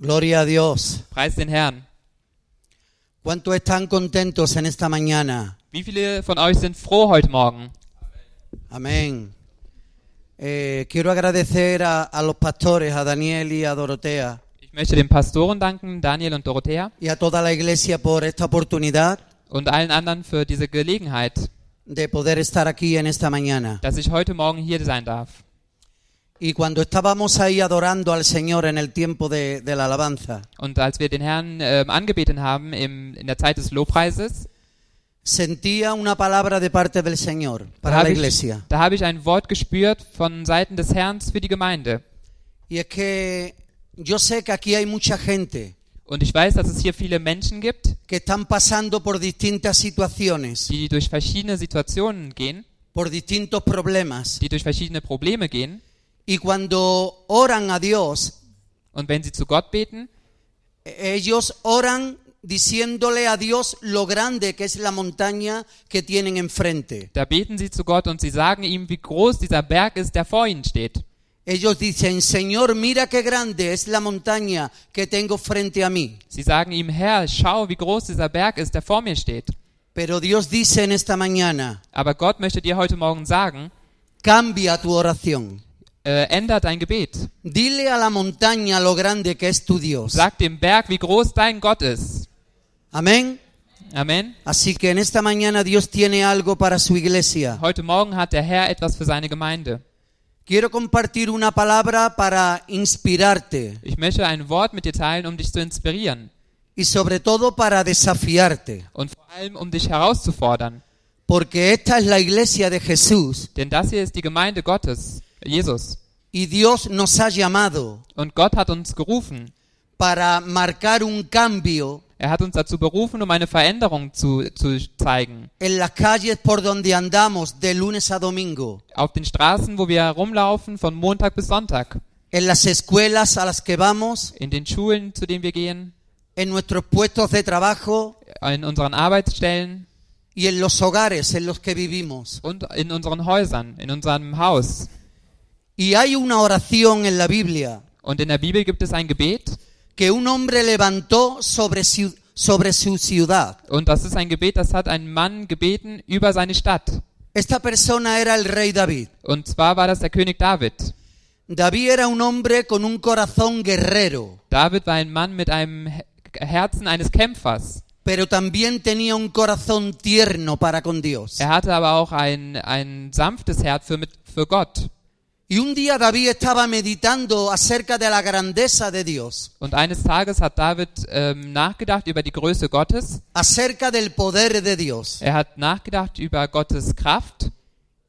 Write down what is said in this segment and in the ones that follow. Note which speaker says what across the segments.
Speaker 1: Gloria a Dios.
Speaker 2: Preis den Herrn.
Speaker 1: ¿Cuántos están contentos en esta mañana?
Speaker 2: Wie viele von euch sind froh heute Morgen?
Speaker 1: Amén. Eh, quiero agradecer a, a los pastores, a Daniel y a Dorotea,
Speaker 2: Ich möchte den Pastoren danken, Daniel und Dorothea,
Speaker 1: y a toda la iglesia por esta oportunidad
Speaker 2: und allen anderen für diese Gelegenheit,
Speaker 1: de poder estar aquí en esta mañana.
Speaker 2: dass ich heute Morgen hier sein darf.
Speaker 1: Y cuando estábamos ahí adorando al Señor en el tiempo de, de la alabanza,
Speaker 2: Und als wir den Herrn ähm, angebeten haben im, in der Zeit des Lobpreises,
Speaker 1: sentía una palabra de parte del Señor
Speaker 2: da
Speaker 1: para la
Speaker 2: habe ich,
Speaker 1: iglesia.
Speaker 2: da habe ich ein Wort gespürt von Seiten des Herrn für die Gemeinde.
Speaker 1: Y es que yo sé que aquí hay mucha gente
Speaker 2: Und ich weiß, dass es hier viele Menschen gibt,
Speaker 1: que están pasando por distintas situaciones,
Speaker 2: die durch verschiedene Situationen gehen,
Speaker 1: por distintos problemas.
Speaker 2: die durch verschiedene Probleme gehen.
Speaker 1: Y cuando oran a Dios,
Speaker 2: Und wenn sie zu Gott beten,
Speaker 1: ellos oran diciéndole a Dios lo grande que es la montaña que tienen enfrente.
Speaker 2: da beten sie zu Gott und sie sagen ihm, wie groß dieser Berg ist, der vor ihnen steht.
Speaker 1: Ellos dicen, Señor, mira qué grande es la montaña que tengo frente a mí.
Speaker 2: Sie sagen ihm, Herr, schau, wie groß dieser Berg ist, der vor mir steht.
Speaker 1: Pero Dios dice en esta mañana,
Speaker 2: Aber Gott möchte dir heute Morgen sagen,
Speaker 1: cambia tu oración.
Speaker 2: äh, änder dein Gebet.
Speaker 1: Dile a la montaña lo grande que es tu Dios.
Speaker 2: Sag dem Berg, wie groß dein Gott ist.
Speaker 1: Amén.
Speaker 2: Amen.
Speaker 1: Así que en esta mañana Dios tiene algo para su iglesia.
Speaker 2: Heute Morgen hat der Herr etwas für seine Gemeinde.
Speaker 1: Quiero compartir una palabra para inspirarte
Speaker 2: Ich möchte ein Wort mit dir teilen, um dich zu inspirieren
Speaker 1: y sobre todo para desafiarte.
Speaker 2: und vor allem, um dich herauszufordern.
Speaker 1: Porque esta es la iglesia de Jesús
Speaker 2: Denn das hier ist die Gemeinde Gottes, Jesus.
Speaker 1: y Dios nos ha llamado
Speaker 2: Und Gott hat uns gerufen.
Speaker 1: para marcar un cambio
Speaker 2: Er hat uns dazu berufen, um eine Veränderung zu, zu zeigen.
Speaker 1: en las calles por donde andamos de lunes a domingo,
Speaker 2: Auf den Straßen, wo wir herumlaufen, von Montag bis Sonntag.
Speaker 1: en las escuelas a las que vamos,
Speaker 2: In den Schulen, zu denen wir gehen,
Speaker 1: en nuestros puestos de trabajo
Speaker 2: in unseren Arbeitsstellen
Speaker 1: y en los hogares en los que vivimos.
Speaker 2: und in unseren Häusern, in unserem Haus.
Speaker 1: Y hay una oración en la Biblia
Speaker 2: Und in der Bibel gibt es ein Gebet.
Speaker 1: que un hombre levantó sobre, ciu- sobre su ciudad.
Speaker 2: Und das ist ein Gebet, das hat ein Mann gebeten über seine Stadt.
Speaker 1: Esta persona era el rey David.
Speaker 2: Und zwar war das der König David.
Speaker 1: David era un hombre con un corazón guerrero,
Speaker 2: David war ein Mann mit einem He- Herzen eines Kämpfers.
Speaker 1: pero también tenía un corazón tierno para con Dios.
Speaker 2: Er hatte aber auch ein, ein sanftes Herz für, mit, für Gott.
Speaker 1: Y un día David estaba meditando acerca de la grandeza de Dios,
Speaker 2: Und eines Tages hat David ähm, nachgedacht über die Größe Gottes.
Speaker 1: acerca del poder de Dios.
Speaker 2: Er hat nachgedacht über Gottes Kraft.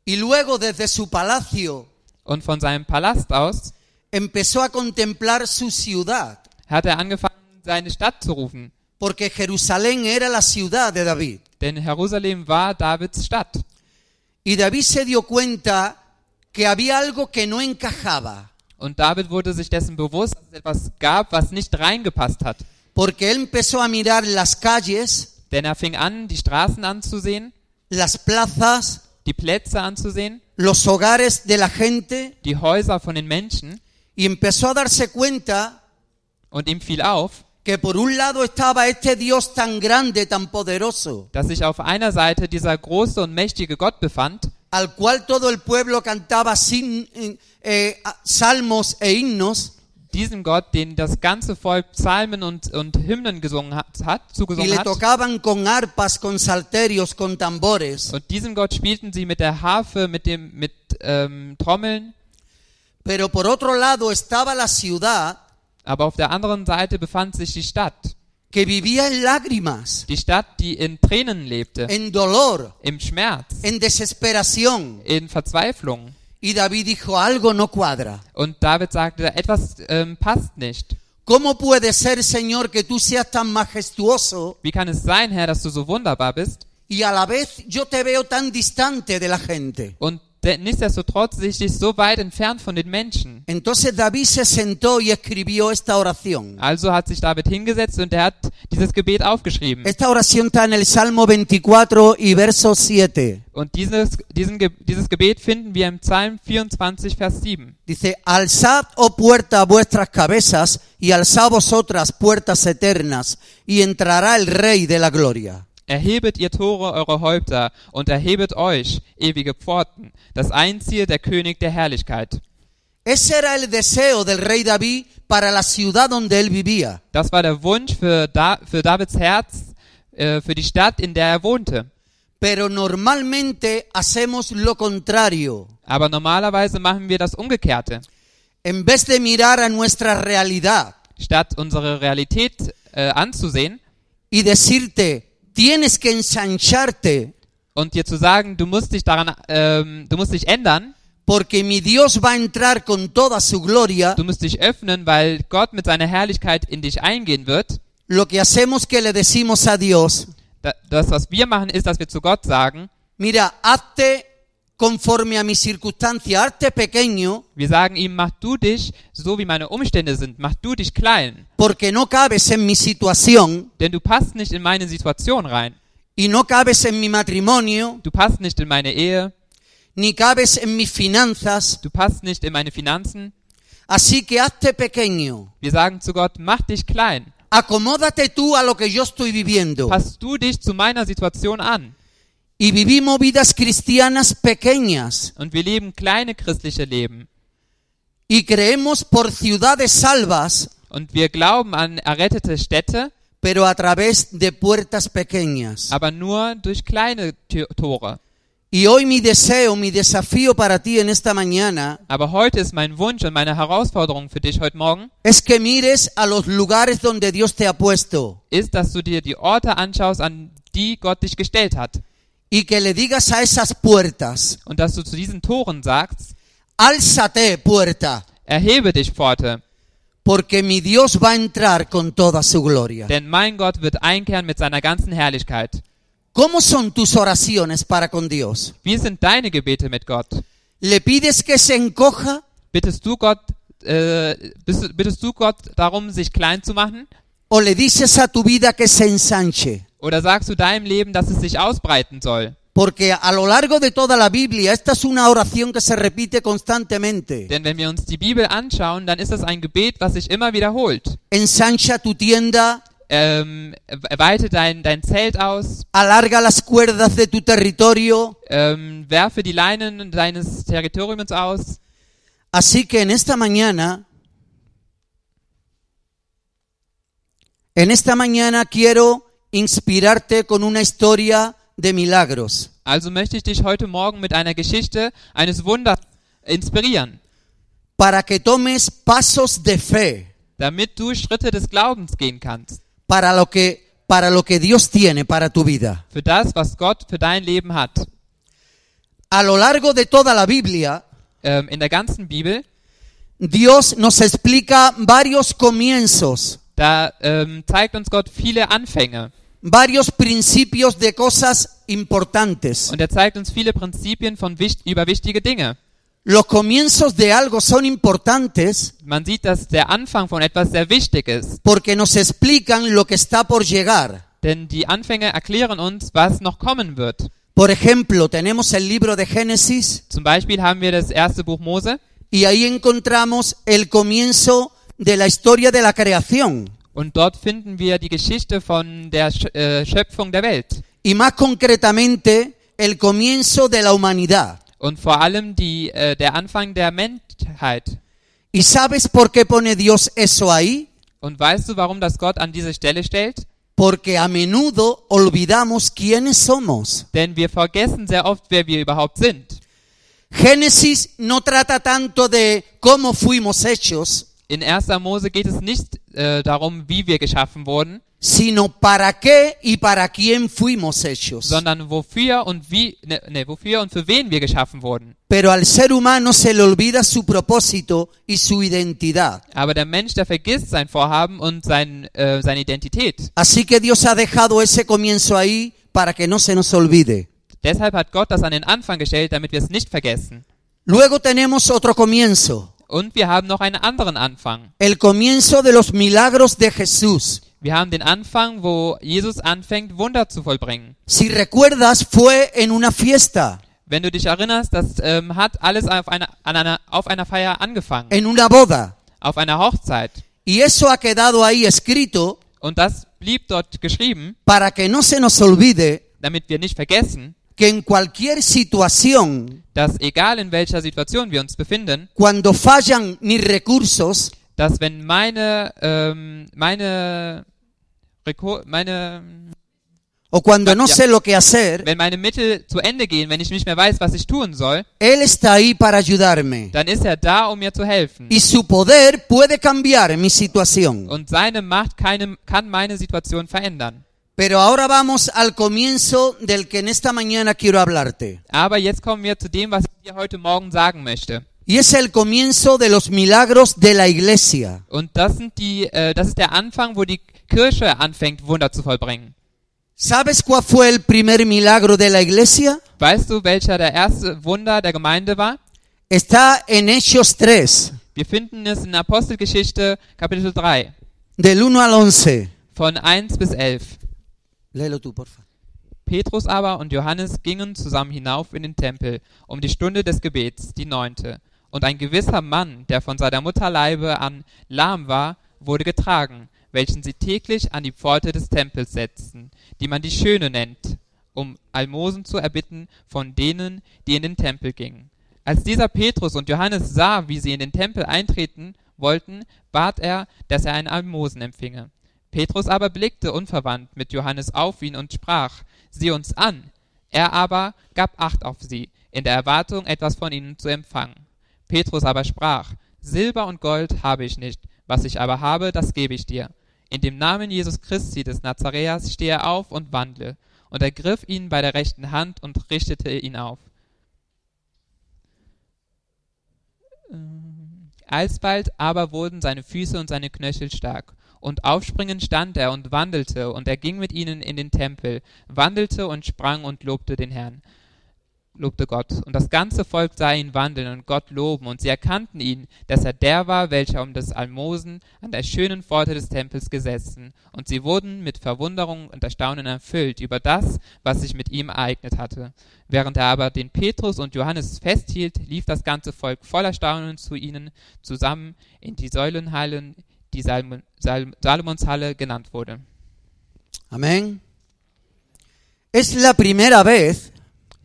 Speaker 1: Y luego desde su palacio
Speaker 2: Und von seinem Palast aus
Speaker 1: empezó a contemplar su ciudad,
Speaker 2: hat er angefangen, seine Stadt zu rufen.
Speaker 1: porque Jerusalén era la ciudad de David.
Speaker 2: Denn Jerusalem war Davids Stadt.
Speaker 1: Y David se dio cuenta que había algo que no encajaba,
Speaker 2: Und David wurde sich dessen bewusst, dass es etwas gab, was nicht reingepasst hat.
Speaker 1: porque él empezó a mirar las calles,
Speaker 2: Denn er fing an, die Straßen anzusehen,
Speaker 1: las plazas,
Speaker 2: die Plätze anzusehen,
Speaker 1: los hogares de la gente,
Speaker 2: die Häuser von den Menschen.
Speaker 1: y empezó a darse cuenta
Speaker 2: Und ihm fiel auf,
Speaker 1: que por un lado estaba este Dios tan grande, tan poderoso,
Speaker 2: dass sich auf einer Seite dieser große und mächtige Gott befand,
Speaker 1: al cual todo el pueblo cantaba sin, eh, a- salmos e himnos,
Speaker 2: diesem Gott, den das ganze Volk Psalmen und, und Hymnen gesungen hat, hat
Speaker 1: y
Speaker 2: zugesungen
Speaker 1: le
Speaker 2: hat.
Speaker 1: tocaban con arpas, con salterios, con tambores,
Speaker 2: Und diesem Gott spielten sie mit der Harfe, mit dem, mit ähm, Trommeln.
Speaker 1: pero por otro lado estaba la ciudad
Speaker 2: Aber auf der anderen Seite befand sich die Stadt,
Speaker 1: que vivía en lágrimas,
Speaker 2: die Stadt, die in Tränen lebte,
Speaker 1: en dolor,
Speaker 2: im Schmerz,
Speaker 1: en desesperación.
Speaker 2: in Verzweiflung.
Speaker 1: Y David dijo, algo no cuadra.
Speaker 2: Und David sagte, etwas ähm, passt nicht.
Speaker 1: ¿Cómo puede ser, Señor, que tú seas tan majestuoso
Speaker 2: Wie kann es sein, Herr, dass du so wunderbar bist
Speaker 1: y a la vez yo te veo tan distante de la gente?
Speaker 2: und de- nichtsdestotrotz sehe ich dich so weit entfernt von den Menschen?
Speaker 1: Entonces David se sentó y escribió esta oración.
Speaker 2: Also hat sich David hingesetzt und er hat dieses Gebet aufgeschrieben.
Speaker 1: Esta oración está en el Salmo 24 y verso 7.
Speaker 2: Und dieses, diesen, Ge- dieses Gebet finden wir im Psalm 24, Vers 7.
Speaker 1: Dice, alzad, oh puerta, vuestras cabezas y alzad vosotras puertas eternas, y entrará el Rey de la Gloria.
Speaker 2: Erhebet ihr Tore eure Häupter und erhebet euch, ewige Pforten, das einziehe der König der Herrlichkeit.
Speaker 1: Ese era el deseo del rey David para la ciudad donde él vivía.
Speaker 2: Das war der Wunsch für, da für Davids Herz, äh, für die Stadt, in der er wohnte.
Speaker 1: Pero normalmente hacemos lo contrario.
Speaker 2: Aber normalerweise machen wir das Umgekehrte.
Speaker 1: En vez de mirar a nuestra realidad
Speaker 2: Statt unsere Realität äh, anzusehen
Speaker 1: y decirte, tienes que ensancharte
Speaker 2: und dir zu sagen, du musst dich daran, ähm, du musst dich ändern,
Speaker 1: porque mi Dios va a entrar con toda su gloria,
Speaker 2: du musst dich öffnen, weil Gott mit seiner Herrlichkeit in dich eingehen wird.
Speaker 1: lo que hacemos que le decimos a Dios,
Speaker 2: Da- Das, was wir machen, ist, dass wir zu Gott sagen,
Speaker 1: mira, hazte conforme a mi circunstancia, hazte pequeño,
Speaker 2: wir sagen ihm, mach du dich, so wie meine Umstände sind, mach du dich klein,
Speaker 1: porque no cabes en mi situación
Speaker 2: denn du passt nicht in meine Situation rein.
Speaker 1: y no cabes en mi matrimonio,
Speaker 2: Du passt nicht in meine Ehe,
Speaker 1: ni cabes en mis finanzas,
Speaker 2: du passt nicht in meine Finanzen.
Speaker 1: así que hazte pequeño.
Speaker 2: Wir sagen zu Gott, mach dich klein.
Speaker 1: Acomódate tú a lo que yo estoy viviendo.
Speaker 2: Passt du dich zu meiner Situation an.
Speaker 1: Y vivimos vidas cristianas pequeñas
Speaker 2: Und wir leben kleine christliche Leben.
Speaker 1: y creemos por ciudades salvas,
Speaker 2: Und wir glauben an errettete Städte,
Speaker 1: pero a través de puertas pequeñas.
Speaker 2: aber nur durch kleine Tü- Tore.
Speaker 1: Y hoy mi deseo, mi desafío para ti en esta mañana
Speaker 2: Aber heute ist mein Wunsch und meine Herausforderung für dich heute Morgen,
Speaker 1: es que mires a los lugares donde Dios te ha puesto
Speaker 2: ist, dass du dir die Orte anschaust, an die Gott dich gestellt hat.
Speaker 1: y que le digas a esas puertas,
Speaker 2: Und dass du zu diesen Toren sagst,
Speaker 1: álzate puerta,
Speaker 2: erhebe dich, Pforte,
Speaker 1: porque mi Dios va a entrar con toda su gloria.
Speaker 2: denn mein Gott wird einkehren mit seiner ganzen Herrlichkeit.
Speaker 1: ¿Cómo son tus oraciones para con Dios?
Speaker 2: Wie sind deine Gebete mit Gott?
Speaker 1: ¿Le pides que se encoja?
Speaker 2: Bittest du Gott, äh, bist, bittest du Gott darum, sich klein zu machen?
Speaker 1: ¿O le dices a tu vida que se ensanche?
Speaker 2: Oder sagst du deinem Leben, dass es sich ausbreiten soll?
Speaker 1: Porque a lo largo de toda la Biblia esta es una oración que se repite constantemente.
Speaker 2: Denn wenn wir uns die Bibel anschauen, dann ist das ein Gebet, was sich immer wiederholt.
Speaker 1: Ensancha tu tienda,
Speaker 2: Ähm, weite dein, dein Zelt aus,
Speaker 1: alarga las cuerdas de tu territorio.
Speaker 2: ähm, werfe die Leinen deines Territoriums aus.
Speaker 1: Así que en esta mañana, en esta mañana quiero inspirarte con una historia de milagros.
Speaker 2: Also möchte ich dich heute Morgen mit einer Geschichte eines Wunders inspirieren,
Speaker 1: Para que tomes pasos de fe
Speaker 2: damit du Schritte des Glaubens gehen kannst.
Speaker 1: para lo que, para lo que Dios tiene para tu vida.
Speaker 2: Für das, was Gott für dein Leben hat.
Speaker 1: A lo largo de toda la Biblia,
Speaker 2: Ähm, in der ganzen Bibel,
Speaker 1: Dios nos explica varios comienzos,
Speaker 2: da ähm, zeigt uns Gott viele Anfänge.
Speaker 1: varios principios de cosas importantes.
Speaker 2: Und er zeigt uns viele Prinzipien von wicht über wichtige Dinge.
Speaker 1: Los comienzos de algo son importantes
Speaker 2: Man sieht, dass der Anfang von etwas sehr wichtig ist,
Speaker 1: porque nos explican lo que está por llegar.
Speaker 2: denn die Anfänge erklären uns, was noch kommen wird.
Speaker 1: Por ejemplo, tenemos el libro de Génesis
Speaker 2: Zum Beispiel haben wir das erste Buch Mose
Speaker 1: y ahí encontramos el comienzo de la historia de la creación
Speaker 2: und dort finden wir die Geschichte von der Sch äh, Schöpfung der Welt
Speaker 1: y más concretamente el comienzo de la humanidad.
Speaker 2: und vor allem die, äh, der Anfang der Menschheit.
Speaker 1: ¿Y sabes por qué pone Dios eso ahí?
Speaker 2: Und weißt du, warum das Gott an diese Stelle stellt?
Speaker 1: Porque a menudo olvidamos quiénes somos.
Speaker 2: Denn wir vergessen sehr oft, wer wir überhaupt sind.
Speaker 1: Génesis no trata tanto de cómo fuimos hechos,
Speaker 2: In 1. Mose geht es nicht äh, darum, wie wir geschaffen wurden,
Speaker 1: sino para qué y para quién fuimos hechos.
Speaker 2: sondern wofür und wie, ne, ne, wofür und für wen wir geschaffen wurden.
Speaker 1: Pero al ser humano se le olvida su propósito y su identidad.
Speaker 2: Aber der Mensch, der vergisst sein Vorhaben und sein, äh, seine Identität.
Speaker 1: Así que Dios ha dejado ese comienzo ahí para que no se nos olvide.
Speaker 2: Deshalb hat Gott das an den Anfang gestellt, damit wir es nicht vergessen.
Speaker 1: Luego tenemos otro comienzo,
Speaker 2: Und wir haben noch einen anderen Anfang.
Speaker 1: el comienzo de los milagros de Jesús.
Speaker 2: Wir haben den Anfang, wo Jesus anfängt, Wunder zu vollbringen.
Speaker 1: Si recuerdas, fue en una fiesta,
Speaker 2: Wenn du dich erinnerst, das ähm, hat alles auf einer, an einer, auf einer Feier angefangen,
Speaker 1: en una boda.
Speaker 2: auf einer Hochzeit.
Speaker 1: Y eso ha quedado ahí escrito
Speaker 2: Und das blieb dort geschrieben,
Speaker 1: para que no se nos olvide
Speaker 2: damit wir nicht vergessen,
Speaker 1: que en cualquier situación,
Speaker 2: dass egal in welcher Situation wir uns befinden,
Speaker 1: cuando fallan mis recursos,
Speaker 2: dass wenn meine, ähm, meine, Rekur meine,
Speaker 1: o cuando no
Speaker 2: Ya.
Speaker 1: sé lo que hacer,
Speaker 2: wenn meine Mittel zu Ende gehen, wenn ich nicht mehr weiß, was ich tun soll,
Speaker 1: Él está ahí para ayudarme.
Speaker 2: dann ist er da, um mir zu helfen.
Speaker 1: Y su poder puede cambiar mi situación.
Speaker 2: Und seine Macht keine, kann meine Situation verändern.
Speaker 1: Pero ahora vamos al comienzo del que en esta mañana quiero hablarte.
Speaker 2: Aber jetzt kommen wir zu dem, was ich dir heute Morgen sagen möchte.
Speaker 1: Y es el comienzo de los milagros de la iglesia.
Speaker 2: Und das sind die, äh, das ist der Anfang, wo die Kirche anfängt, Wunder zu vollbringen.
Speaker 1: ¿Sabes cuál fue el primer milagro de la iglesia?
Speaker 2: Weißt du, welcher der erste Wunder der Gemeinde war?
Speaker 1: Está en Hechos 3,
Speaker 2: Wir finden es in Apostelgeschichte Kapitel 3
Speaker 1: del 1 al 11.
Speaker 2: von 1 bis 11.
Speaker 1: Léelo tú, por favor.
Speaker 2: Petrus aber und Johannes gingen zusammen hinauf in den Tempel um die Stunde des Gebets, die neunte. Und ein gewisser Mann, der von seiner Mutterleibe an lahm war, wurde getragen, welchen sie täglich an die Pforte des Tempels setzten, die man die Schöne nennt, um Almosen zu erbitten von denen, die in den Tempel gingen. Als dieser Petrus und Johannes sah, wie sie in den Tempel eintreten wollten, bat er, dass er ein Almosen empfinge. Petrus aber blickte unverwandt mit Johannes auf ihn und sprach, sieh uns an. Er aber gab Acht auf sie, in der Erwartung, etwas von ihnen zu empfangen. Petrus aber sprach, Silber und Gold habe ich nicht, was ich aber habe, das gebe ich dir. In dem Namen Jesus Christi des Nazareas stehe auf und wandle. Und er griff ihn bei der rechten Hand und richtete ihn auf. Ähm, Alsbald aber wurden seine Füße und seine Knöchel stark. Und aufspringend stand er und wandelte, und er ging mit ihnen in den Tempel, wandelte und sprang und lobte den Herrn, lobte Gott. Und das ganze Volk sah ihn wandeln und Gott loben, und sie erkannten ihn, dass er der war, welcher um das Almosen an der schönen Pforte des Tempels gesessen. Und sie wurden mit Verwunderung und Erstaunen erfüllt über das, was sich mit ihm ereignet hatte. Während er aber den Petrus und Johannes festhielt, lief das ganze Volk voller Staunen zu ihnen zusammen in die Säulenhallen, die Salmon, Sal Salomonshalle genannt wurde.
Speaker 1: Amén. Es la primera vez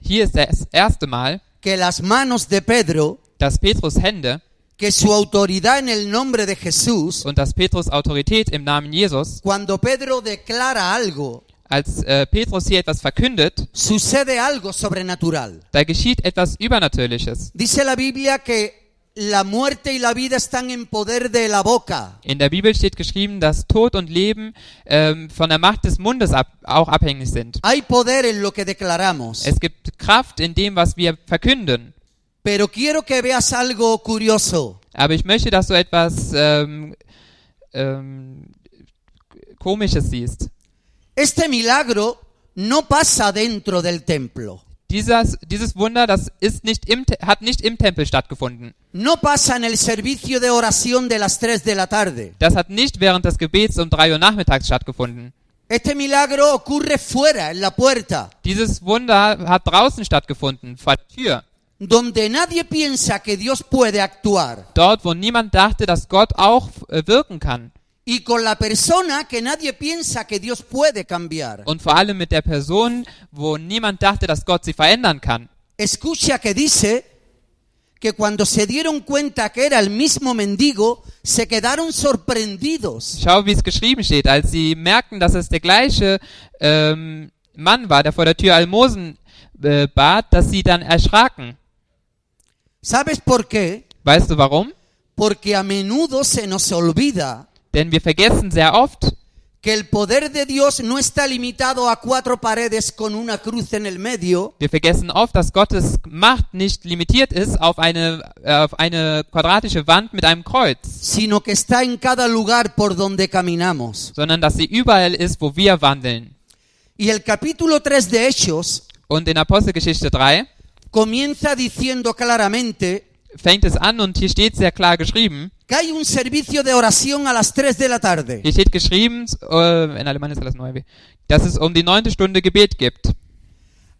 Speaker 2: Hier ist das erste Mal,
Speaker 1: que las manos de Pedro,
Speaker 2: dass Petrus Hände
Speaker 1: que su autoridad en el nombre de Jesús,
Speaker 2: und dass Petrus Autorität im Namen Jesus,
Speaker 1: cuando Pedro declara algo,
Speaker 2: als äh, Petrus hier etwas verkündet,
Speaker 1: sucede algo sobrenatural.
Speaker 2: da geschieht etwas Übernatürliches.
Speaker 1: Dice la Biblia que la muerte y la vida están en poder de la boca.
Speaker 2: In der Bibel steht geschrieben, dass Tod und Leben ähm, von der Macht des Mundes ab auch abhängig sind.
Speaker 1: Hay poder en lo que declaramos.
Speaker 2: Es gibt Kraft in dem, was wir verkünden.
Speaker 1: Pero quiero que veas algo curioso.
Speaker 2: Aber ich möchte, dass du etwas ähm, ähm, Komisches siehst.
Speaker 1: Este milagro no pasa dentro del templo.
Speaker 2: Dieses, dieses Wunder, das ist nicht im, Te- hat nicht im Tempel stattgefunden.
Speaker 1: No pasa en el servicio de oración de las 3 de la tarde.
Speaker 2: Das hat nicht während des Gebets um drei Uhr nachmittags stattgefunden.
Speaker 1: Este milagro ocurre fuera, en la puerta,
Speaker 2: Dieses Wunder hat draußen stattgefunden, vor der Tür.
Speaker 1: donde nadie piensa que Dios puede actuar.
Speaker 2: Dort, wo niemand dachte, dass Gott auch äh, wirken kann.
Speaker 1: Y con la persona que nadie piensa que Dios puede cambiar.
Speaker 2: Und vor allem mit der Person, wo niemand dachte, dass Gott sie verändern kann.
Speaker 1: Escucha que dice que cuando se dieron cuenta que era el mismo mendigo, se quedaron sorprendidos.
Speaker 2: Schau, wie es geschrieben steht. Als sie merkten, dass es der gleiche ähm, Mann war, der vor der Tür Almosen äh, bat, dass sie dann erschraken.
Speaker 1: ¿Sabes por qué?
Speaker 2: Weißt du warum?
Speaker 1: Porque a menudo se nos olvida
Speaker 2: Denn wir vergessen sehr oft,
Speaker 1: que el poder de Dios no está limitado a cuatro paredes con una cruz en el medio,
Speaker 2: wir vergessen oft, dass Gottes Macht nicht limitiert ist auf eine, äh, auf eine quadratische Wand mit einem Kreuz,
Speaker 1: sino que está en cada lugar por donde caminamos.
Speaker 2: sondern dass sie überall ist, wo wir wandeln.
Speaker 1: Y el capítulo 3 de Hechos
Speaker 2: Und in Apostelgeschichte 3
Speaker 1: comienza diciendo claramente
Speaker 2: fängt es an und hier steht sehr klar geschrieben.
Speaker 1: que hay un servicio de oración a las 3 de la tarde.
Speaker 2: Hier steht geschrieben, äh, in Alemannisch ist das neu, dass es um die neunte Stunde Gebet gibt.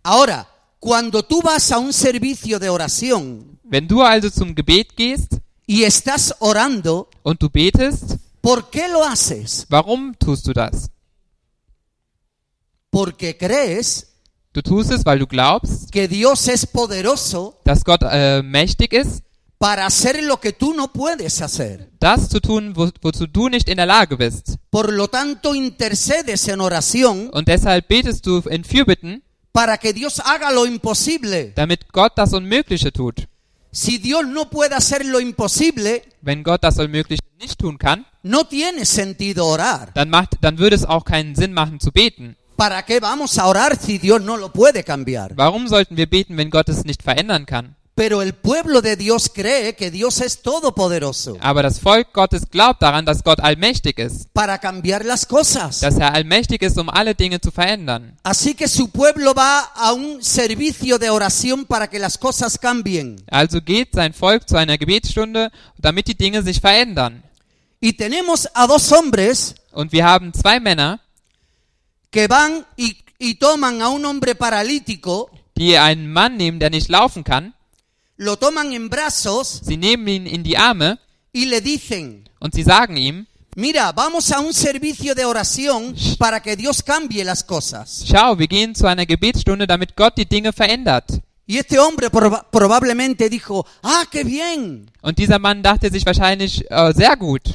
Speaker 1: Ahora, cuando tú vas a un servicio de oración
Speaker 2: Wenn du also zum Gebet gehst
Speaker 1: y estás orando,
Speaker 2: und du betest,
Speaker 1: ¿Por qué lo haces?
Speaker 2: Warum tust du das?
Speaker 1: Porque crees
Speaker 2: Du tust es, weil du glaubst,
Speaker 1: que Dios es poderoso
Speaker 2: dass Gott äh, mächtig ist,
Speaker 1: para hacer lo que tú no puedes hacer.
Speaker 2: das zu tun, wo, wozu du nicht in der Lage bist.
Speaker 1: Por lo tanto, intercedes en oración
Speaker 2: Und deshalb betest du in Fürbitten,
Speaker 1: para que Dios haga lo imposible.
Speaker 2: damit Gott das Unmögliche tut.
Speaker 1: Si Dios no puede hacer lo imposible,
Speaker 2: Wenn Gott das Unmögliche nicht tun kann,
Speaker 1: no tiene sentido orar.
Speaker 2: dann, macht, dann würde es auch keinen Sinn machen zu beten.
Speaker 1: ¿Para qué vamos a orar si Dios no lo puede cambiar?
Speaker 2: Warum sollten wir beten, wenn Gott es nicht verändern kann?
Speaker 1: Pero el pueblo de Dios cree que Dios es todopoderoso
Speaker 2: Aber das Volk Gottes glaubt daran, dass Gott allmächtig ist,
Speaker 1: para cambiar las cosas.
Speaker 2: dass er allmächtig ist, um alle Dinge zu verändern.
Speaker 1: Así que su pueblo va a un servicio de oración para que las cosas cambien.
Speaker 2: Also geht sein Volk zu einer Gebetsstunde, damit die Dinge sich verändern.
Speaker 1: Y tenemos a dos hombres
Speaker 2: Und wir haben zwei Männer,
Speaker 1: que van y, y toman a un hombre paralítico,
Speaker 2: die einen Mann nehmen, der nicht laufen kann.
Speaker 1: lo toman en brazos
Speaker 2: Sie nehmen ihn in die Arme
Speaker 1: y le dicen,
Speaker 2: und sie sagen ihm,
Speaker 1: mira, vamos a un servicio de oración para que Dios cambie las cosas.
Speaker 2: schau, wir gehen zu einer Gebetsstunde, damit Gott die Dinge verändert.
Speaker 1: Y este hombre proba- probablemente dijo, ah, qué bien.
Speaker 2: Und dieser Mann dachte sich wahrscheinlich, äh, sehr gut.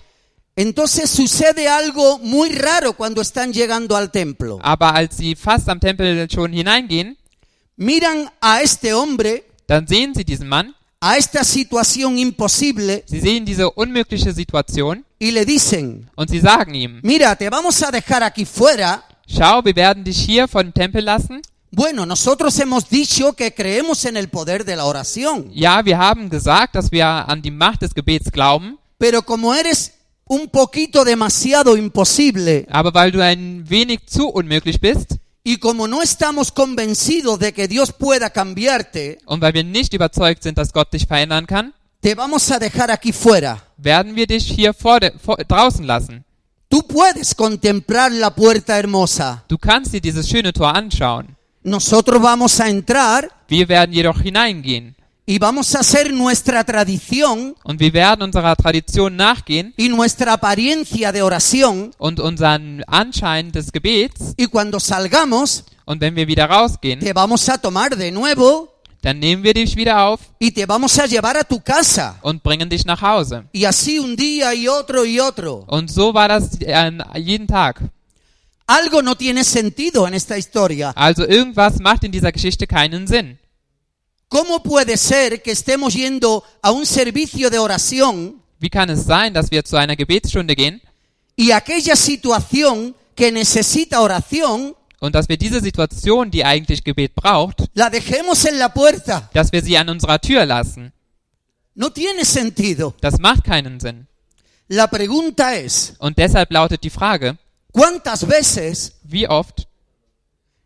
Speaker 1: Entonces sucede algo muy raro cuando están llegando al templo.
Speaker 2: Aber als sie fast am Tempel schon hineingehen,
Speaker 1: Miran a este hombre,
Speaker 2: dann sehen sie diesen Mann,
Speaker 1: a esta situación imposible,
Speaker 2: sie sehen diese unmögliche Situation
Speaker 1: y le dicen,
Speaker 2: und sie sagen ihm,
Speaker 1: mira, te vamos a dejar aquí fuera.
Speaker 2: schau, wir werden dich hier vor dem Tempel lassen.
Speaker 1: Bueno, nosotros hemos dicho que creemos en el poder de la oración,
Speaker 2: Ja, wir haben gesagt, dass wir an die Macht des Gebets glauben,
Speaker 1: pero como eres un poquito demasiado imposible
Speaker 2: aber weil du ein wenig zu unmöglich bist
Speaker 1: y como no estamos convencidos de que Dios pueda cambiarte,
Speaker 2: und weil wir nicht überzeugt sind, dass Gott dich verändern kann,
Speaker 1: te vamos a dejar aquí fuera.
Speaker 2: werden wir dich hier vor de, vor, draußen lassen.
Speaker 1: Tú puedes contemplar la puerta hermosa.
Speaker 2: Du kannst dir dieses schöne Tor anschauen.
Speaker 1: Nosotros vamos a entrar
Speaker 2: Wir werden jedoch hineingehen
Speaker 1: y vamos a hacer nuestra tradición
Speaker 2: und wir werden unserer Tradition nachgehen
Speaker 1: y nuestra apariencia de oración
Speaker 2: und unseren Anschein des Gebets.
Speaker 1: y cuando salgamos
Speaker 2: Und wenn wir wieder rausgehen,
Speaker 1: te vamos a tomar de nuevo
Speaker 2: dann nehmen wir dich wieder auf
Speaker 1: y te vamos a llevar a tu casa.
Speaker 2: und bringen dich nach Hause.
Speaker 1: Y así un día y otro y otro.
Speaker 2: Und so war das an jeden Tag.
Speaker 1: Algo no tiene sentido en esta historia.
Speaker 2: Also irgendwas macht in dieser Geschichte keinen Sinn.
Speaker 1: ¿Cómo puede ser que estemos yendo a un servicio de oración
Speaker 2: Wie kann es sein, dass wir zu einer Gebetsstunde gehen
Speaker 1: y aquella situación que necesita oración
Speaker 2: und dass wir diese Situation, die eigentlich Gebet braucht,
Speaker 1: la dejemos en la puerta?
Speaker 2: dass wir sie an unserer Tür lassen?
Speaker 1: No tiene sentido.
Speaker 2: Das macht keinen Sinn.
Speaker 1: La pregunta es,
Speaker 2: Und deshalb lautet die Frage,
Speaker 1: ¿cuántas veces
Speaker 2: wie oft,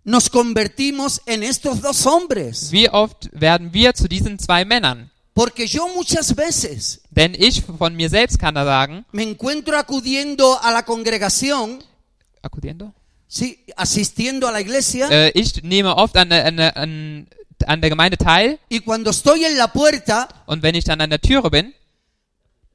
Speaker 1: nos convertimos en estos dos hombres?
Speaker 2: wie oft werden wir zu diesen zwei Männern?
Speaker 1: Porque yo muchas veces
Speaker 2: Denn ich von mir selbst kann da sagen,
Speaker 1: me encuentro acudiendo a la congregación,
Speaker 2: acudiendo?
Speaker 1: sí, asistiendo a la iglesia,
Speaker 2: Äh, ich nehme oft an, der- an, der- an, an der Gemeinde teil
Speaker 1: y cuando estoy en la puerta,
Speaker 2: und wenn ich dann an der Türe bin,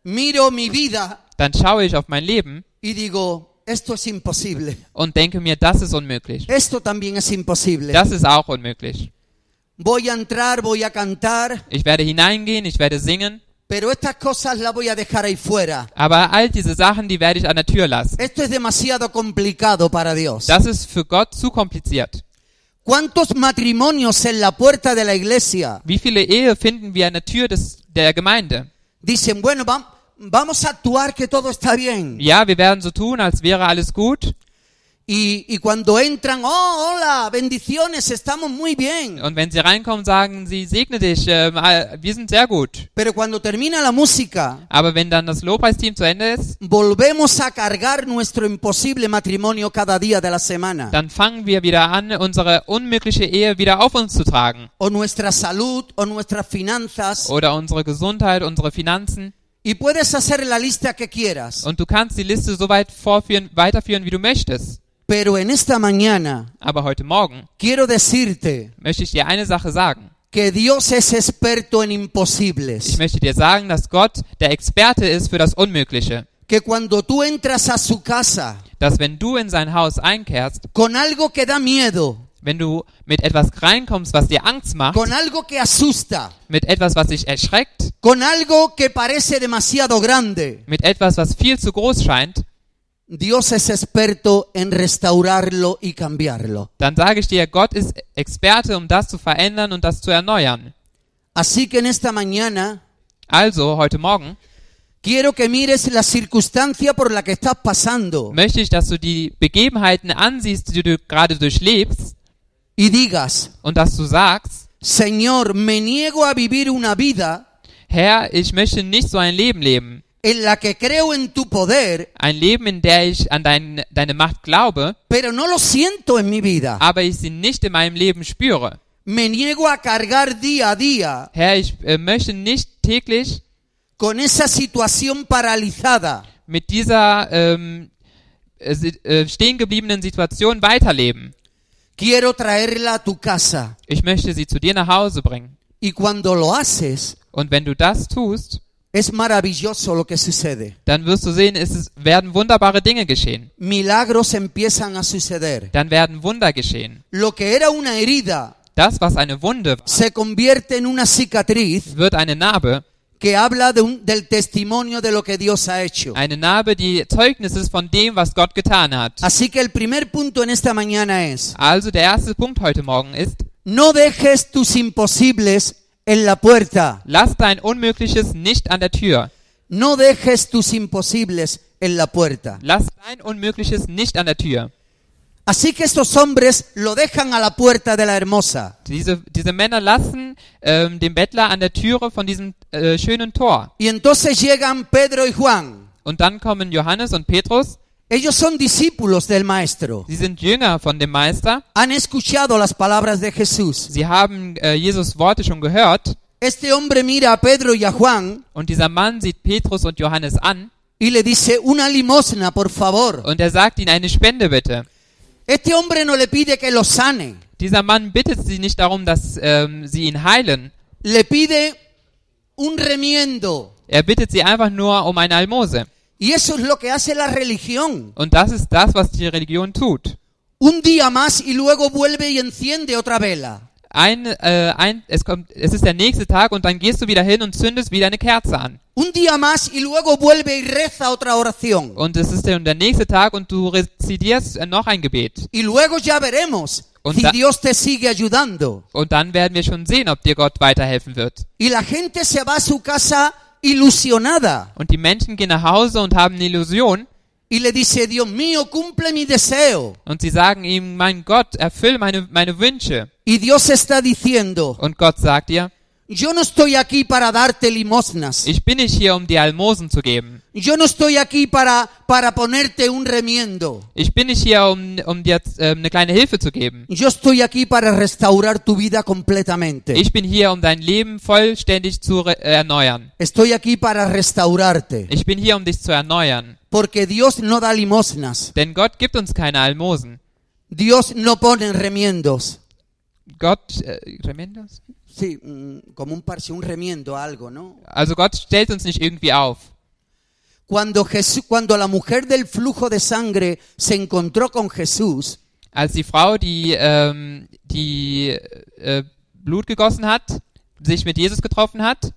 Speaker 1: miro mi vida
Speaker 2: dann schaue ich auf mein Leben
Speaker 1: y digo, esto es imposible,
Speaker 2: und denke mir, das ist unmöglich.
Speaker 1: esto también es imposible.
Speaker 2: Das ist auch unmöglich.
Speaker 1: Voy a entrar, voy a cantar,
Speaker 2: Ich werde hineingehen, ich werde singen,
Speaker 1: pero estas cosas las voy a dejar ahí fuera.
Speaker 2: aber all diese Sachen, die werde ich an der Tür lassen.
Speaker 1: Esto es demasiado complicado para Dios.
Speaker 2: Das ist für Gott zu kompliziert.
Speaker 1: ¿Cuántos matrimonios en la puerta de la iglesia
Speaker 2: Wie viele Ehe finden wir an der Tür des, der Gemeinde?
Speaker 1: dicen, bueno, vam- vamos a actuar que todo está bien?
Speaker 2: Ja, wir werden so tun, als wäre alles gut.
Speaker 1: Y, y cuando entran, oh, hola, bendiciones, estamos muy bien.
Speaker 2: Und wenn sie reinkommen, sagen sie, segne dich, ähm, all- wir sind sehr gut.
Speaker 1: Pero cuando termina la música,
Speaker 2: Aber wenn dann das Lobpreisteam zu Ende ist,
Speaker 1: volvemos a cargar nuestro imposible matrimonio cada día de la semana.
Speaker 2: dann fangen wir wieder an, unsere unmögliche Ehe wieder auf uns zu tragen.
Speaker 1: O nuestra salud, o nuestras finanzas.
Speaker 2: Oder unsere Gesundheit, unsere Finanzen.
Speaker 1: Y puedes hacer la lista que quieras.
Speaker 2: Und du kannst die Liste so weit vorführen, weiterführen, wie du möchtest.
Speaker 1: Pero en esta mañana
Speaker 2: Aber heute Morgen
Speaker 1: quiero decirte
Speaker 2: möchte ich dir eine Sache sagen.
Speaker 1: que Dios es experto en
Speaker 2: Ich
Speaker 1: imposibles.
Speaker 2: möchte dir sagen, dass Gott der Experte ist für das Unmögliche.
Speaker 1: que cuando tú entras a su casa
Speaker 2: dass wenn du in sein Haus einkehrst,
Speaker 1: con algo que da miedo,
Speaker 2: wenn du mit etwas reinkommst, was dir Angst macht,
Speaker 1: con algo que asusta,
Speaker 2: mit etwas, was dich erschreckt,
Speaker 1: con algo que parece demasiado grande,
Speaker 2: mit etwas, was viel zu groß scheint,
Speaker 1: Dios es experto en restaurarlo y cambiarlo.
Speaker 2: dann sage ich dir, Gott ist Experte, um das zu verändern und das zu erneuern.
Speaker 1: Así que en esta mañana
Speaker 2: Also, heute Morgen
Speaker 1: quiero que mires la circunstancia por la que estás pasando
Speaker 2: möchte ich, dass du die Begebenheiten ansiehst, die du gerade durchlebst,
Speaker 1: y digas,
Speaker 2: und dass du sagst,
Speaker 1: Señor, me niego a vivir una vida
Speaker 2: Herr, ich möchte nicht so ein Leben leben.
Speaker 1: en la que creo en tu poder,
Speaker 2: Ein Leben, in der ich an dein, deine Macht glaube,
Speaker 1: pero no lo siento en mi vida.
Speaker 2: aber ich sie nicht in meinem Leben spüre.
Speaker 1: Me niego a cargar día a día
Speaker 2: Herr, ich äh, möchte nicht täglich
Speaker 1: con esa situación paralizada.
Speaker 2: mit dieser ähm, äh, si- äh, stehen gebliebenen Situation weiterleben.
Speaker 1: Quiero traerla a tu casa.
Speaker 2: Ich möchte sie zu dir nach Hause bringen.
Speaker 1: Y cuando lo haces,
Speaker 2: Und wenn du das tust,
Speaker 1: es maravilloso lo que sucede.
Speaker 2: dann wirst du sehen, es ist, werden wunderbare Dinge geschehen.
Speaker 1: Milagros empiezan a suceder.
Speaker 2: Dann werden Wunder geschehen.
Speaker 1: Lo que era una herida
Speaker 2: Das, was eine Wunde war,
Speaker 1: se convierte en una cicatriz
Speaker 2: wird eine Narbe.
Speaker 1: que habla de un- del testimonio de lo que Dios ha hecho.
Speaker 2: Eine Narbe, die Zeugnis ist von dem, was Gott getan hat.
Speaker 1: Así que el primer punto en esta mañana es,
Speaker 2: Also der erste Punkt heute Morgen ist,
Speaker 1: no dejes tus imposibles en la puerta.
Speaker 2: lass dein Unmögliches nicht an der Tür.
Speaker 1: No dejes tus imposibles en la puerta.
Speaker 2: Lass dein Unmögliches nicht an der Tür.
Speaker 1: Así que estos hombres lo dejan a la puerta de la hermosa
Speaker 2: Diese, diese Männer lassen ähm, den Bettler an der Türe von diesem äh, schönen Tor.
Speaker 1: y entonces llegan Pedro y Juan.
Speaker 2: Und dann kommen Johannes und Petrus.
Speaker 1: Ellos son discípulos del maestro.
Speaker 2: Sie sind Jünger von dem Meister.
Speaker 1: Han escuchado las palabras de Jesús.
Speaker 2: Sie haben äh, Jesus Worte schon gehört.
Speaker 1: Este hombre mira a Pedro y a Juan
Speaker 2: Und dieser Mann sieht Petrus und Johannes an.
Speaker 1: y le dice, una limosna, por favor.
Speaker 2: Und er sagt ihnen eine Spende bitte.
Speaker 1: Este hombre no le pide que lo sane,
Speaker 2: Dieser Mann bittet sie nicht darum, dass ähm, sie ihn heilen.
Speaker 1: le pide un remiendo.
Speaker 2: Er bittet sie einfach nur um eine Almose.
Speaker 1: Y eso es lo que hace la religión.
Speaker 2: Und das ist das, was die Religion tut.
Speaker 1: Un día más y luego vuelve y enciende otra vela.
Speaker 2: Ein, äh, ein, es, kommt, es ist der nächste Tag und dann gehst du wieder hin und zündest wieder eine Kerze an.
Speaker 1: Un día más y luego vuelve y reza otra oración.
Speaker 2: Und es ist dann der nächste Tag und du rezitierst äh, noch ein Gebet.
Speaker 1: Y luego ya veremos
Speaker 2: Und
Speaker 1: si
Speaker 2: da-
Speaker 1: Dios te sigue ayudando.
Speaker 2: Und dann werden wir schon sehen, ob dir Gott weiterhelfen wird.
Speaker 1: Y la gente se va a su casa ilusionada
Speaker 2: Und die Menschen gehen nach Hause und haben eine Illusion
Speaker 1: y le dice, Dios mío, cumple mi deseo.
Speaker 2: und sie sagen ihm, mein Gott, erfüll meine, meine Wünsche.
Speaker 1: Y Dios está diciendo,
Speaker 2: Und Gott sagt dir,
Speaker 1: yo no estoy aquí para darte limosnas.
Speaker 2: ich bin nicht hier, um dir Almosen zu geben.
Speaker 1: Yo no estoy aquí para, para ponerte un remiendo.
Speaker 2: Ich bin nicht hier, um, um dir ähm, eine kleine Hilfe zu geben.
Speaker 1: Yo estoy aquí para restaurar tu vida completamente.
Speaker 2: Ich bin hier, um dein Leben vollständig zu re- äh, erneuern.
Speaker 1: Estoy aquí para restaurarte.
Speaker 2: Ich bin hier, um dich zu erneuern.
Speaker 1: Porque Dios no da limosnas.
Speaker 2: Denn Gott gibt uns keine Almosen.
Speaker 1: Dios no pone remiendos.
Speaker 2: Gott, äh, Remendos?
Speaker 1: Sí, mm, como un parche, un remiendo, algo, ¿no?
Speaker 2: also Gott stellt uns nicht irgendwie auf.
Speaker 1: Cuando, Jesús, cuando la mujer del flujo de sangre se encontró con Jesús,
Speaker 2: Als die Frau, die, ähm, die äh, Blut gegossen hat, sich mit Jesus getroffen hat,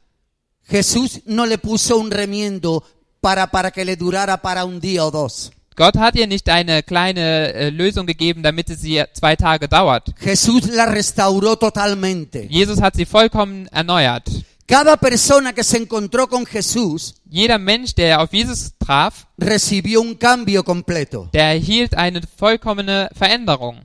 Speaker 1: Jesús no le puso un remiendo para, para que le durara para un día o dos.
Speaker 2: Gott hat ihr nicht eine kleine äh, Lösung gegeben, damit es sie zwei Tage dauert.
Speaker 1: Jesús la restauró totalmente.
Speaker 2: Jesus hat sie vollkommen erneuert.
Speaker 1: Cada persona que se encontró con Jesús
Speaker 2: Jeder Mensch, der auf Jesus traf,
Speaker 1: recibió un cambio completo.
Speaker 2: der erhielt eine vollkommene Veränderung.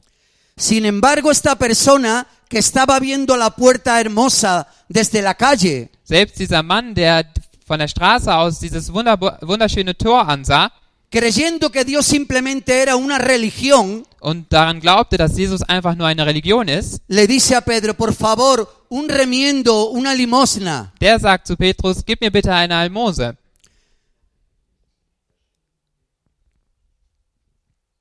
Speaker 1: Sin embargo, esta persona que estaba viendo la puerta hermosa desde la calle,
Speaker 2: Selbst dieser Mann, der von der Straße aus dieses wunderbo- wunderschöne Tor ansah
Speaker 1: creyendo que Dios simplemente era una religión,
Speaker 2: und daran glaubte, dass Jesus einfach nur eine Religion ist,
Speaker 1: le dice a Pedro, por favor, un remiendo, una limosna.
Speaker 2: der sagt zu Petrus, gib mir bitte eine Almose.